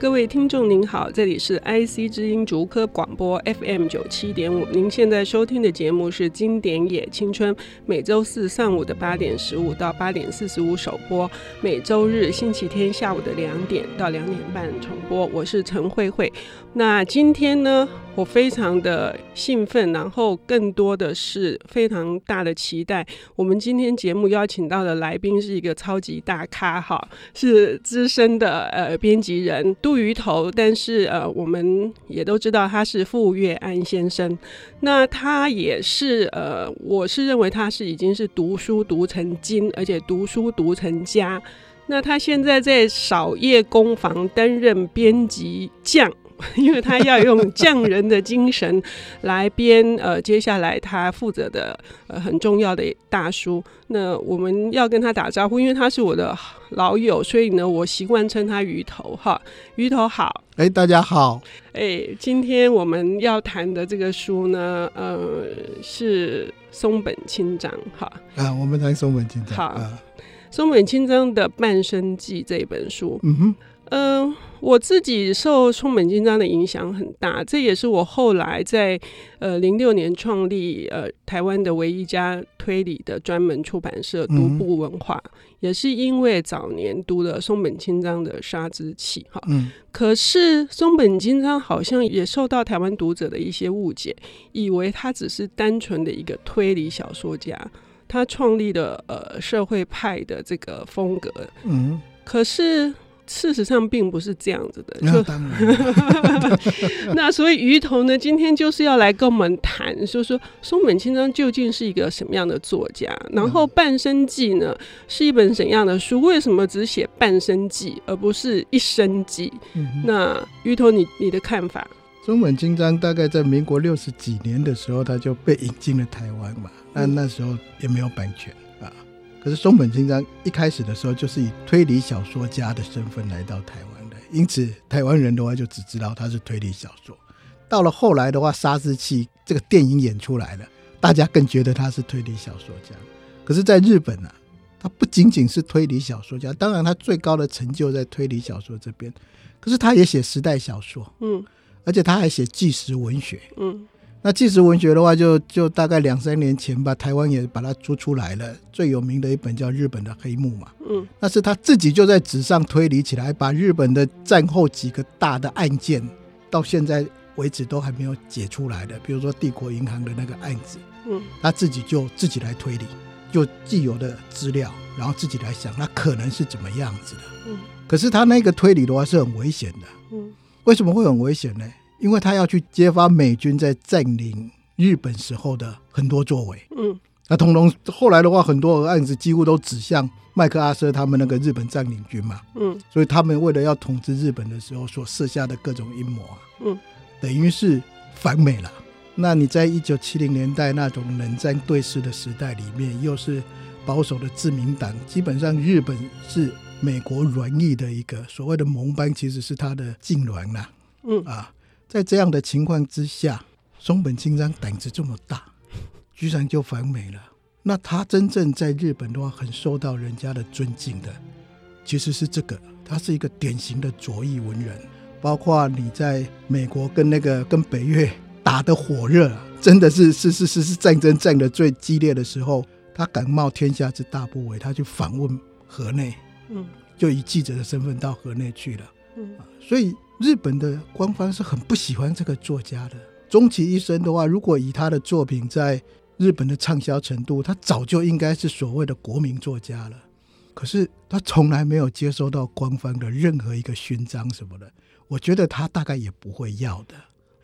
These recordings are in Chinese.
各位听众您好，这里是 IC 之音竹科广播 FM 九七点五，您现在收听的节目是《经典也青春》，每周四上午的八点十五到八点四十五首播，每周日星期天下午的两点到两点半重播。我是陈慧慧。那今天呢，我非常的兴奋，然后更多的是非常大的期待。我们今天节目邀请到的来宾是一个超级大咖哈，是资深的呃编辑人杜鱼头，但是呃我们也都知道他是傅月安先生。那他也是呃，我是认为他是已经是读书读成精，而且读书读成家。那他现在在少业工坊担任编辑匠。 因为他要用匠人的精神来编，呃，接下来他负责的呃很重要的大书。那我们要跟他打招呼，因为他是我的老友，所以呢，我习惯称他鱼头哈。鱼头好，哎、大家好，哎，今天我们要谈的这个书呢，呃，是松本清张哈。啊，我们谈松本清张。好啊，松本清张的《半生记》这本书，嗯哼，嗯、我自己受松本清张的影响很大，这也是我后来在呃零六年创立呃台湾的唯一一家推理的专门出版社独嗯步文化，也是因为早年读了松本清张的《杀之气》哈。嗯，可是松本清张好像也受到台湾读者的一些误解，以为他只是单纯的一个推理小说家，他创立了呃社会派的这个风格，嗯，可是事实上并不是这样子的。那就 当然，那所以鱼头呢，今天就是要来跟我们谈，就是说松本清张究竟是一个什么样的作家，然后《半生记》呢是一本怎样的书？为什么只写半生记而不是一生记？嗯哼那鱼头你，你的看法？松本清张大概在民国六十几年的时候，他就被引进了台湾嘛。那嗯那时候也没有版权啊。可是松本清张一开始的时候，就是以推理小说家的身份来到台湾的，因此台湾人的话就只知道他是推理小说。到了后来的话，《杀之气》这个电影演出来了，大家更觉得他是推理小说家。可是，在日本啊，他不仅仅是推理小说家，当然他最高的成就在推理小说这边，可是他也写时代小说，嗯而且他还写纪实文学。嗯那纪实文学的话就，就大概两三年前吧，台湾也把它租出来了。最有名的一本叫《日本的黑幕》嘛，嗯那是他自己就在纸上推理起来，把日本的战后几个大的案件，到现在为止都还没有解出来的，比如说帝国银行的那个案子，嗯他自己就自己来推理，就既有的资料，然后自己来想，那可能是怎么样子的。嗯可是他那个推理的话是很危险的，嗯为什么会很危险呢？因为他要去揭发美军在占领日本时候的很多作为。嗯那通通后来的话，很多案子几乎都指向麦克阿瑟他们那个日本占领军嘛，嗯所以他们为了要统治日本的时候所设下的各种阴谋啊，嗯，等于是反美了。那你在一九七零年代那种冷战对峙的时代里面，又是保守的自民党，基本上日本是美国软翼的一个所谓的盟邦，其实是他的痉挛啦。嗯啊，在这样的情况之下，松本清张胆子这么大，居然就反美了。那他真正在日本的话，很受到人家的尊敬的，其实是这个，他是一个典型的左翼文人。包括你在美国跟那个跟北越打得火热、啊，真的是是是是是战争战得最激烈的时候，他敢冒天下之大不韪，他去访问河内，嗯就以记者的身份到河内去了。嗯所以日本的官方是很不喜欢这个作家的。终其一生的话，如果以他的作品在日本的畅销程度，他早就应该是所谓的国民作家了。可是他从来没有接收到官方的任何一个勋章什么的，我觉得他大概也不会要的。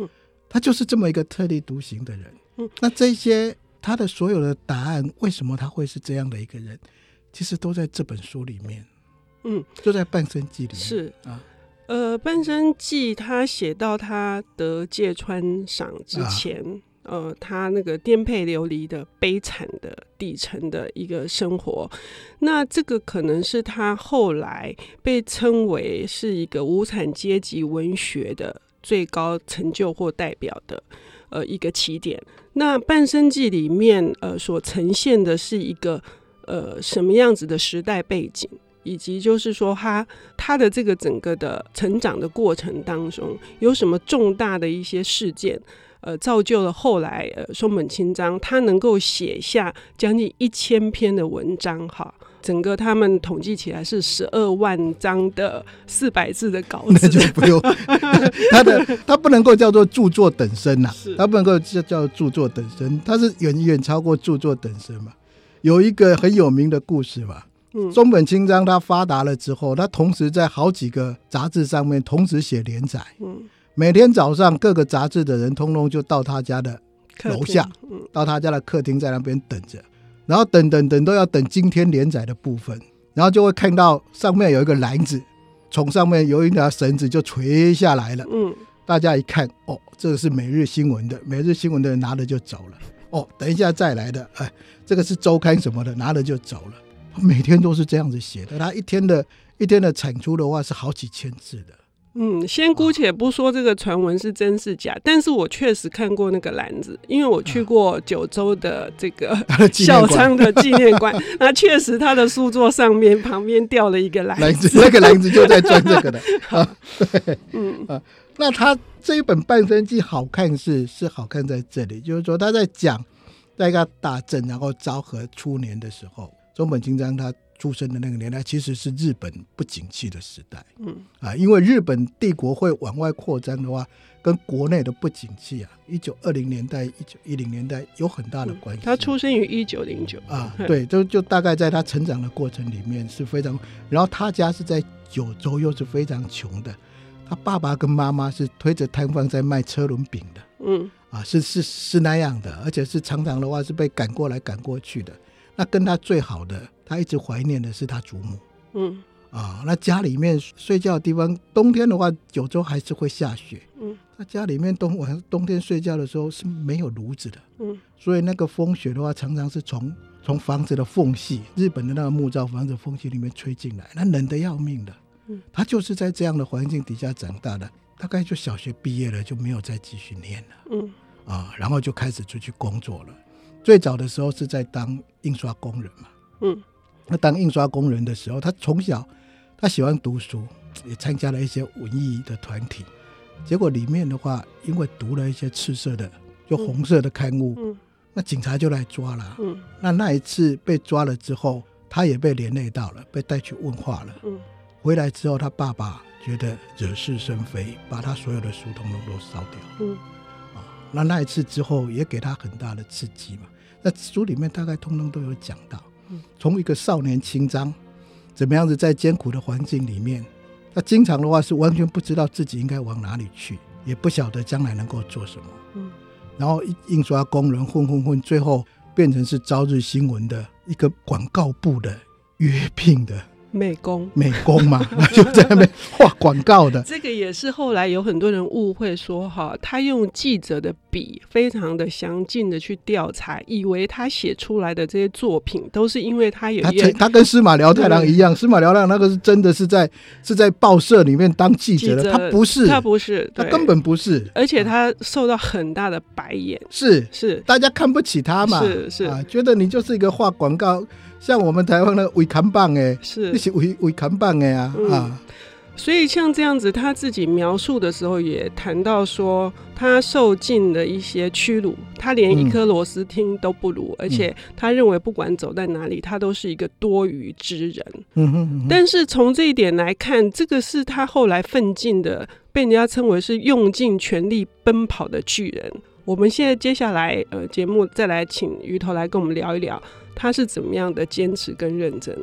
嗯他就是这么一个特立独行的人。嗯那这些他的所有的答案，为什么他会是这样的一个人，其实都在这本书里面，嗯，就在《半生记》里面。是。啊，呃，《半生记》他写到他得芥川赏之啊前，呃，他那个颠沛流离的悲惨的底层的一个生活，那这个可能是他后来被称为是一个无产阶级文学的最高成就或代表的呃一个起点。那《半生记》里面呃所呈现的是一个呃什么样子的时代背景？以及就是说他他的这个整个的成长的过程当中，有什么重大的一些事件，呃，造就了后来呃松本清张他能够写下将近一千篇的文章哈。整个他们统计起来是十二万张的四百字的稿 那子，就不用他的，他不能够叫做著作等身呐、是他不能够叫叫著作等身，他是远远超过著作等身嘛。有一个很有名的故事嘛，嗯中本清张他发达了之后，他同时在好几个杂志上面同时写连载，嗯，每天早上各个杂志的人通通就到他家的客楼厅下嗯到他家的客厅在那边等着，然后等等等都要等今天连载的部分，然后就会看到上面有一个篮子，从上面有一条绳子就垂下来了。嗯大家一看，哦，这个是每日新闻的，每日新闻的人拿了就走了。哦，等一下再来的，哎，这个是周刊什么的，拿了就走了。哦每天都是这样子写的，他一天的一天的产出的话是好几千字的。嗯，先哦姑且不说这个传闻是真是假，但是我确实看过那个篮子，因为我去过九州的这个啊 他的纪念小馆仓的纪念 馆，那确实他的书桌上面旁边掉了一个篮篮子子，，那个篮子就在装这 个的。啊嗯那他这一本《半生记》好看是是好看在这里，就是说他在讲在一个大震，然后昭和初年的时候，中本清张他出生的那个年代，其实是日本不景气的时代嗯啊，因为日本帝国会往外扩张的话，跟国内的不景气啊，一九二零年代、一九一零年代有很大的关系。嗯他出生于一九零九啊，，对，就就大概在他成长的过程里面是非常，然后他家是在九州，又是非常穷的，他爸爸跟妈妈是推着摊贩在卖车轮饼的嗯啊，是是是那样的，而且是常常的话是被赶过来赶过去的。那跟他最好的，他一直怀念的是他祖母嗯啊。那家里面睡觉的地方，冬天的话，九州还是会下雪，嗯他家里面冬晚冬天睡觉的时候是没有炉子的。嗯所以那个风雪的话，常常是从从房子的缝隙，日本的那个木造房子缝隙里面吹进来，那冷得要命的嗯。他就是在这样的环境底下长大的，大概就小学毕业了就没有再继续念了嗯啊，然后就开始出去工作了。最早的时候是在当印刷工人嘛，嗯那当印刷工人的时候，他从小他喜欢读书，也参加了一些文艺的团体，结果里面的话，因为读了一些赤色的，就红色的刊物，嗯那警察就来抓了。嗯那那一次被抓了之后，他也被连累到了，被带去问话了。嗯回来之后，他爸爸觉得惹是生非，把他所有的书通通都烧掉嗯啊。那那一次之后，也给他很大的刺激嘛。那书里面大概通通都有讲到嗯，从一个少年清张，怎么样子在艰苦的环境里面，他经常的话是完全不知道自己应该往哪里去，也不晓得将来能够做什么。嗯然后印刷工人混混混，最后变成是朝日新闻的一个广告部的约聘的美工。美工嘛， 然后就在那边画广告的。这个也是后来有很多人误会说哈，他用记者的笔非常的详尽的去调查，以为他写出来的这些作品都是因为他有他一些真他跟司马辽太郎一样，司马辽太郎那个是真的是在是在报社里面当记者的，他不是，他不是，他对根，本不是，而且他受到很大的白眼，是是大家看不起他嘛，是是啊，觉得你就是一个画广告，像我们台湾的伟扛棒哎，是那，些伟伟扛棒哎啊嗯啊，所以像这样子，他自己描述的时候也谈到说，他受尽了一些屈辱，他连嗯一颗螺丝钉都不如，而且他认为不管走在哪里，他都是一个多余之人。嗯哼嗯哼，但是从这一点来看，这个是他后来奋进的，被人家称为是用尽全力奔跑的巨人。我们现在接下来呃节目再来请鱼头来跟我们聊一聊，他是怎么样的坚持跟认真。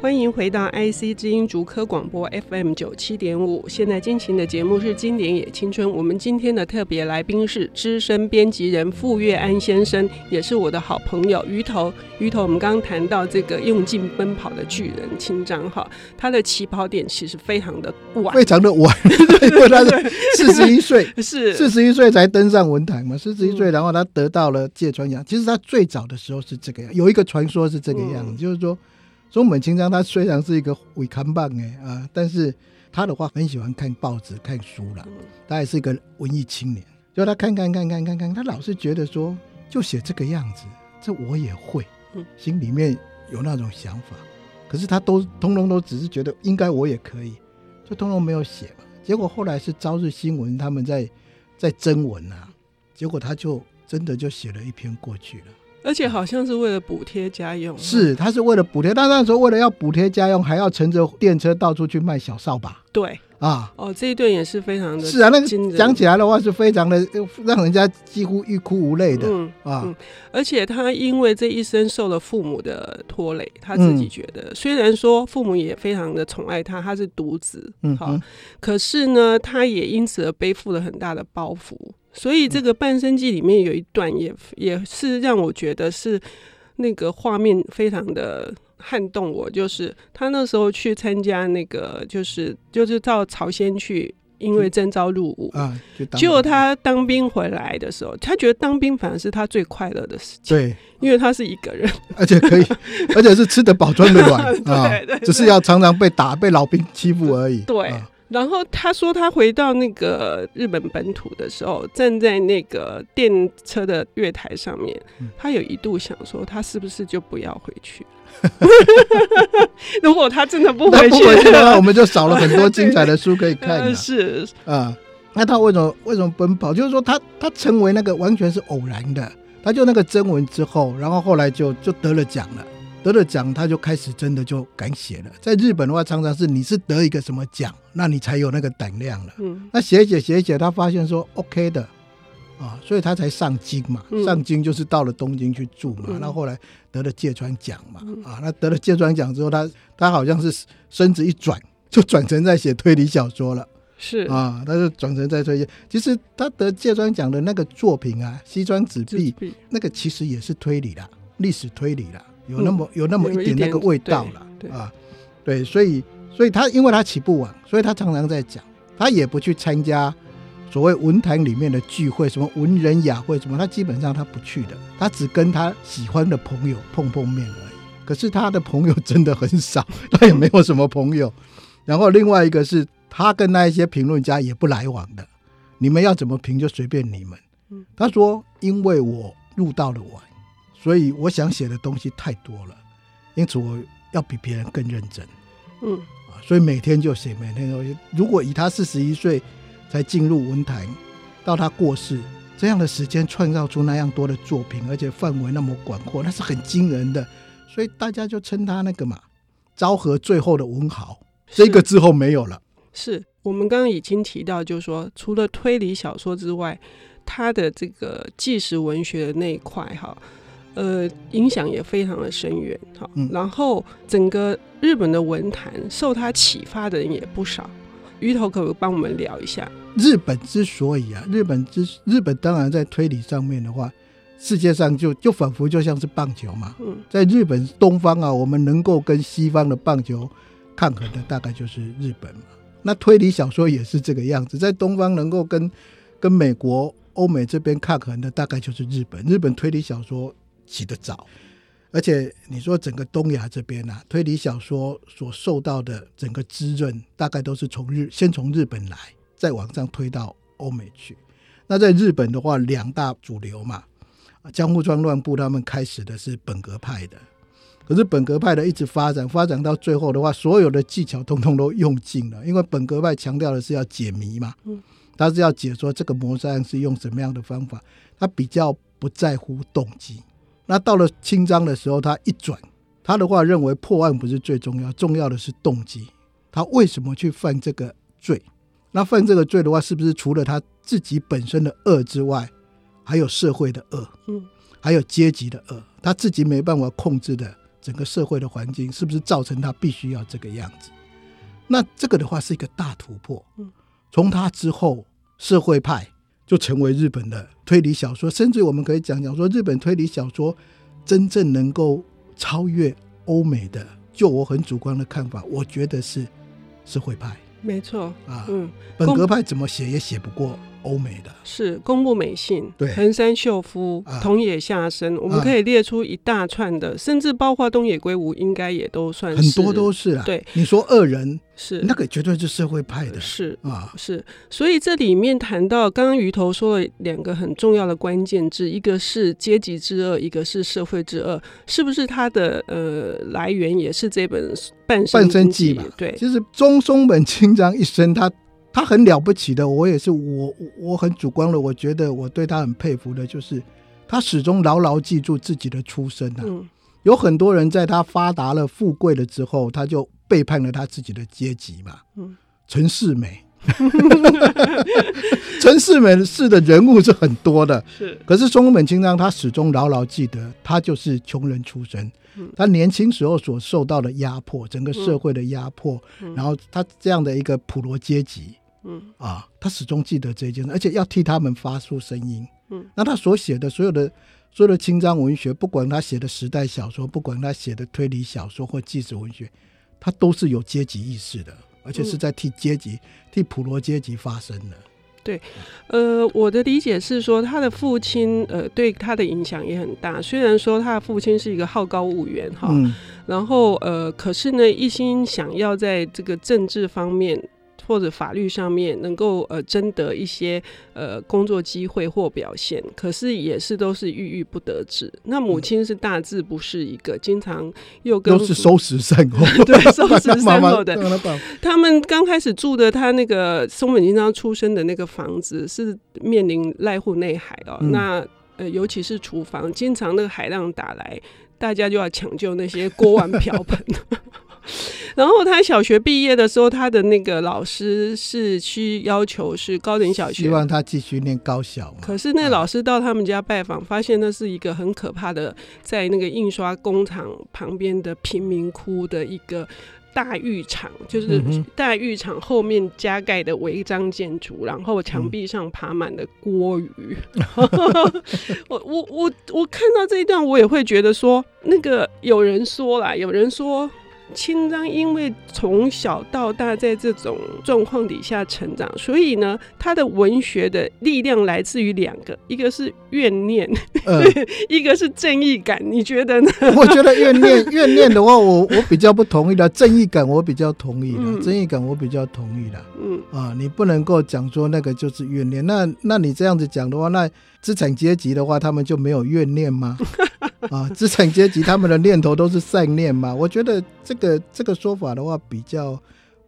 欢迎回到 IC 之音竹科广播 FM 九七点五，现在进行的节目是《经典也青春》。我们今天的特别来宾是资深编辑人傅月安先生，也是我的好朋友鱼头。鱼头，我们刚刚谈到这个用尽奔跑的巨人清张哈，他的起跑点其实非常的晚， 非常的晚，因为他是四十一岁， 是四十一岁才登上文坛嘛，四十一岁，嗯然后他得到了芥川奖。其实他最早的时候是这个样，有一个传说是这个样子，嗯就是说中本清张他虽然是一个伪看棒哎啊，但是他的话很喜欢看报纸、嗯看书啦，他也是一个文艺青年。就他看看看看看看，他老是觉得说就写这个样子，这我也会嗯，心里面有那种想法，可是他都通通都只是觉得应该我也可以，就通通没有写嘛。结果后来是《朝日新闻》他们在在征文啊，结果他就真的就写了一篇过去了。而且好像是为了补贴家用，是，他是为了补贴，但那时候为了要补贴家用，还要乘着电车到处去卖小扫把对啊。哦，这一段也是非常的是啊，那惊人个讲起来的话是非常的呃让人家几乎欲哭无泪的嗯，啊。嗯而且他因为这一生受了父母的拖累，他自己嗯觉得、虽然说父母也非常的宠爱他，他是独子，嗯好、哼可是呢，他也因此而背负了很大的包袱。所以嗯这个《半生记》里面有一段也也是让我觉得是呃那个画面非常的撼动我，就是他那时候去参加那个就是就是到朝鲜去，因为征召入伍。啊，就当就他当兵回来的时候，他觉得当兵反而是他最快乐的事情，对，因为他是一个人。而且 可以，而且是吃得饱穿得暖啊对对，只是要常常被打被老兵欺负而已。对啊然后他说，他回到那个日本本土的时候，站在那个电车的月台上面嗯，他有一度想说，他是不是就不要回去 了？如果他真的不那回不去回去的话，我了，们就少了很多精彩的书可以看呃了是啊。那他为什么为什么奔跑？就是说他他成为那个完全是偶然的，他就那个征文之后，然后后来就就得了奖了。得了奖，他就开始真的就敢写了。在日本的话，常常是你是得一个什么奖，那你才有那个胆量了。嗯那写一写写一写，他发现说 OK 的啊，所以他才上京嘛。嗯上京就是到了东京去住嘛。嗯那后来得了芥川奖嘛，嗯啊，那得了芥川奖之后，他他好像是身子一转，就转成在写推理小说了是啊。他就转成在推理。其实他得芥川奖的那个作品啊，《西装纸自币》闭那个其实也是推理啦，历史推理啦，有那么、有那么有一一点那点个味道啦。对对啊，对，所以所以他因为他起步晚，所以他常常在讲，他也不去参加所谓文坛里面的聚会，什么文人雅会什么，他基本上他不去的，他只跟他喜欢的朋友碰碰面而已。可是他的朋友真的很少，他也没有什么朋友。然后另外一个是他跟那一些评论家也不来往的，你们要怎么评就随便你们嗯。他说，因为我入到了晚，所以我想写的东西太多了，因此我要比别人更认真嗯啊，所以每天就写，每天都写。如果以他四十一岁才进入文坛，到他过世这样的时间，创造出那样多的作品，而且范围那么广阔，那是很惊人的。所以大家就称他那个嘛，昭和最后的文豪。这个之后没有了。是我们刚刚已经提到，就是说，除了推理小说之外，他的这个纪实文学的那一块哈，呃，影响也非常的深远哈。嗯然后整个日本的文坛受他启发的人也不少。鱼头可不可以帮我们聊一下？日本之所以啊，日本之日本当然在推理上面的话，世界上就就仿佛就像是棒球嘛，嗯在日本东方啊，我们能够跟西方的棒球抗衡的大概就是日本嘛。那推理小说也是这个样子，在东方能够跟跟美国、欧美这边抗衡的大概就是日本。日本推理小说起得早，而且你说整个东亚这边啊，推理小说所受到的整个滋润，大概都是从日先从日本来，再往上推到欧美去。那在日本的话，两大主流嘛，啊江户川乱步他们开始的是本格派的，可是本格派的一直发展，发展到最后的话，所有的技巧通通都用尽了，因为本格派强调的是要解谜嘛嗯，他是要解说这个谋杀案是用什么样的方法，他比较不在乎动机。那到了清张的时候，他一转，他的话认为破案不是最重要，重要的是动机，他为什么去犯这个罪？那犯这个罪的话，是不是除了他自己本身的恶之外，还有社会的恶？嗯，还有阶级的恶，他自己没办法控制的整个社会的环境，是不是造成他必须要这个样子？那这个的话是一个大突破嗯。从他之后，社会派就成为日本的推理小说，甚至我们可以讲讲说，日本推理小说真正能够超越欧美的，就我很主观的看法，我觉得是社会派没错，啊，嗯，本格派怎么写也写不过欧美的。是宫部美信、对横山秀夫啊、桐野下生，我们啊可以列出一大串的，甚至包括东野圭吾，应该也都算很是多都是啦。嗯对，你说恶人，是那个绝对是社会派的是啊。是，所以这里面谈到，刚刚鱼头说了两个很重要的关键字，一个是阶级之恶，一个是社会之恶，是不是它的呃来源也是这本《半生半生记记》嘛？对，其实中松本清张一生他，他很了不起的，我也是我我很主观的，我觉得我对他很佩服的，就是他始终牢牢记住自己的出身啊。嗯，有很多人在他发达了、富贵了之后，他就背叛了他自己的阶级嘛。嗯，陈世美， 陈世美式的人物是很多的，是可是松本清张他始终牢牢记得，他就是穷人出身嗯，他年轻时候所受到的压迫，整个社会的压迫，嗯然后他这样的一个普罗阶级嗯啊，他始终记得这一件事，而且要替他们发出声音。嗯，那他所写的所有的所有的清张文学，不管他写的时代小说，不管他写的推理小说或纪实文学，他都是有阶级意识的，而且是在替阶级、替普罗阶级发声的。呃，我的理解是说，他的父亲呃对他的影响也很大。虽然说他的父亲是一个好高骛远哈，嗯，然后呃，可是呢，一心想要在这个政治方面或者法律上面能够呃争得一些呃工作机会或表现，可是也是都是郁郁不得志。那母亲是大致不是一个，经常又跟都是收拾善 后，对收拾妈善妈后 的。让他爸爸他们刚开始住的他那个松本清张出生的那个房子是面临濑户内海哦，嗯那呃尤其是厨房，经常那个海浪打来，大家就要抢救那些锅碗瓢盆。 然后他小学毕业的时候，他的那个老师是去要求是高等小希学。望他继续念高小嘛。可是那啊老师到他们家拜访，发现那是一个很可怕的，在那个印刷工厂旁边的贫民窟的一个大浴场，就是嗯哼大浴场后面加盖的违章建筑，然后嗯墙壁上爬满了锅鱼。 我我我我看到这一段，我也会觉得说，那个有人说啦，有人说。清张因为从小到大在这种状况底下成长，所以呢，他的文学的力量来自于两个，一个是怨念，呃，一个是正义感。你觉得呢？我觉得怨 念怨念的话，我我比较不同意的，正义感我比较同意嗯的，正义感我比较同意的。嗯，啊，你不能够讲说那个就是怨念。那那你这样子讲的话，那资产阶级的话，他们就没有怨念吗？啊，资产阶级他们的念头都是善念吗？我觉得这个这个说法的话比较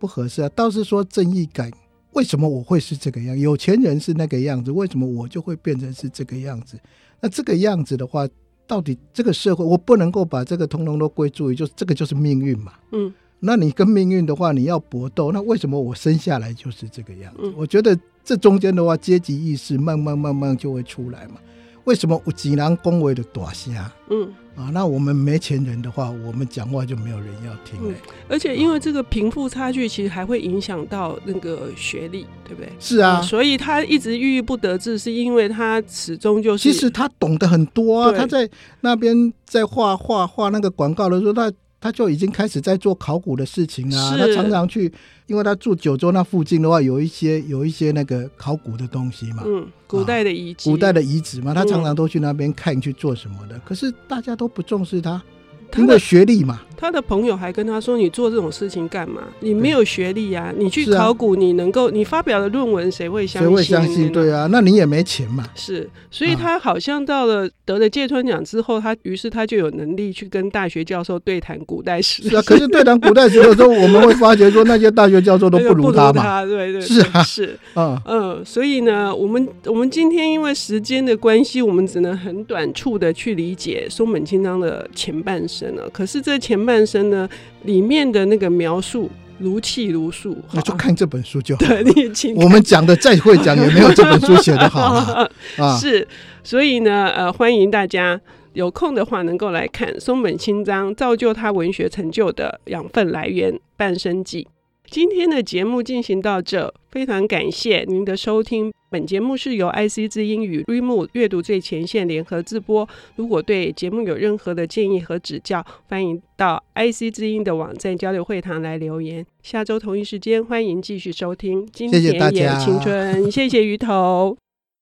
不合适啊。倒是说正义感，为什么我会是这个样？有钱人是那个样子，为什么我就会变成是这个样子？那这个样子的话，到底这个社会，我不能够把这个通通都归注于，就是这个就是命运嘛。嗯，那你跟命运的话，你要搏斗，那为什么我生下来就是这个样子？嗯我觉得这中间的话，阶级意识慢慢慢慢就会出来嘛。为什么我济南恭维的大虾嗯，啊？那我们没钱人的话，我们讲话就没有人要听了。嗯而且因为这个贫富差距，其实还会影响到那个学历，对不对？是啊嗯，所以他一直郁郁不得志，是因为他始终就是其实他懂得很多啊。对他在那边在画画画那个广告的时候，他他就已经开始在做考古的事情啊。是他常常去，因为他住九州那附近的话，有一些有一些那个考古的东西嘛。嗯，古代的遗迹，啊古代的遗址嘛，他嗯常常都去那边看去做什么的，可是大家都不重视他，他因为的学历嘛，他的朋友还跟他说：“你做这种事情干嘛？你没有学历啊，你去是啊考古，你能够你发表的论文，谁会相谁信？会相信？对。”啊，那你也没 钱嘛，是，所以他好像到了得了芥川奖之后，他于是他就有能力去跟大学教授对谈古代史，是啊。可是对谈古代史的时候，我们会发觉说那些大学教授都那不个 如如他嘛，对对，是啊是， 啊，嗯，所以呢，我们我们今天因为时间的关系，我们只能很短促的去理解松本清张的前半生了、可是这前半生呢，里面的那个描述如泣如诉，那就哈看这本书就好。 对，你请我们讲的再会讲，也没有这本书写的好了 啊。是，所以呢，呃，欢迎大家有空的话能够来看松本清张造就他文学成就的养分来源《半生记》。今天的节目进行到这，非常感谢您的收听。本节目是由 IC 之音与 Reimu 阅读最前线联合制播。如果对节目有任何的建议和指教，欢迎到 IC 之音的网站交流会堂来留言。下周同一时间，欢迎继续收听《今谢谢大年也家青春》，谢谢鱼头。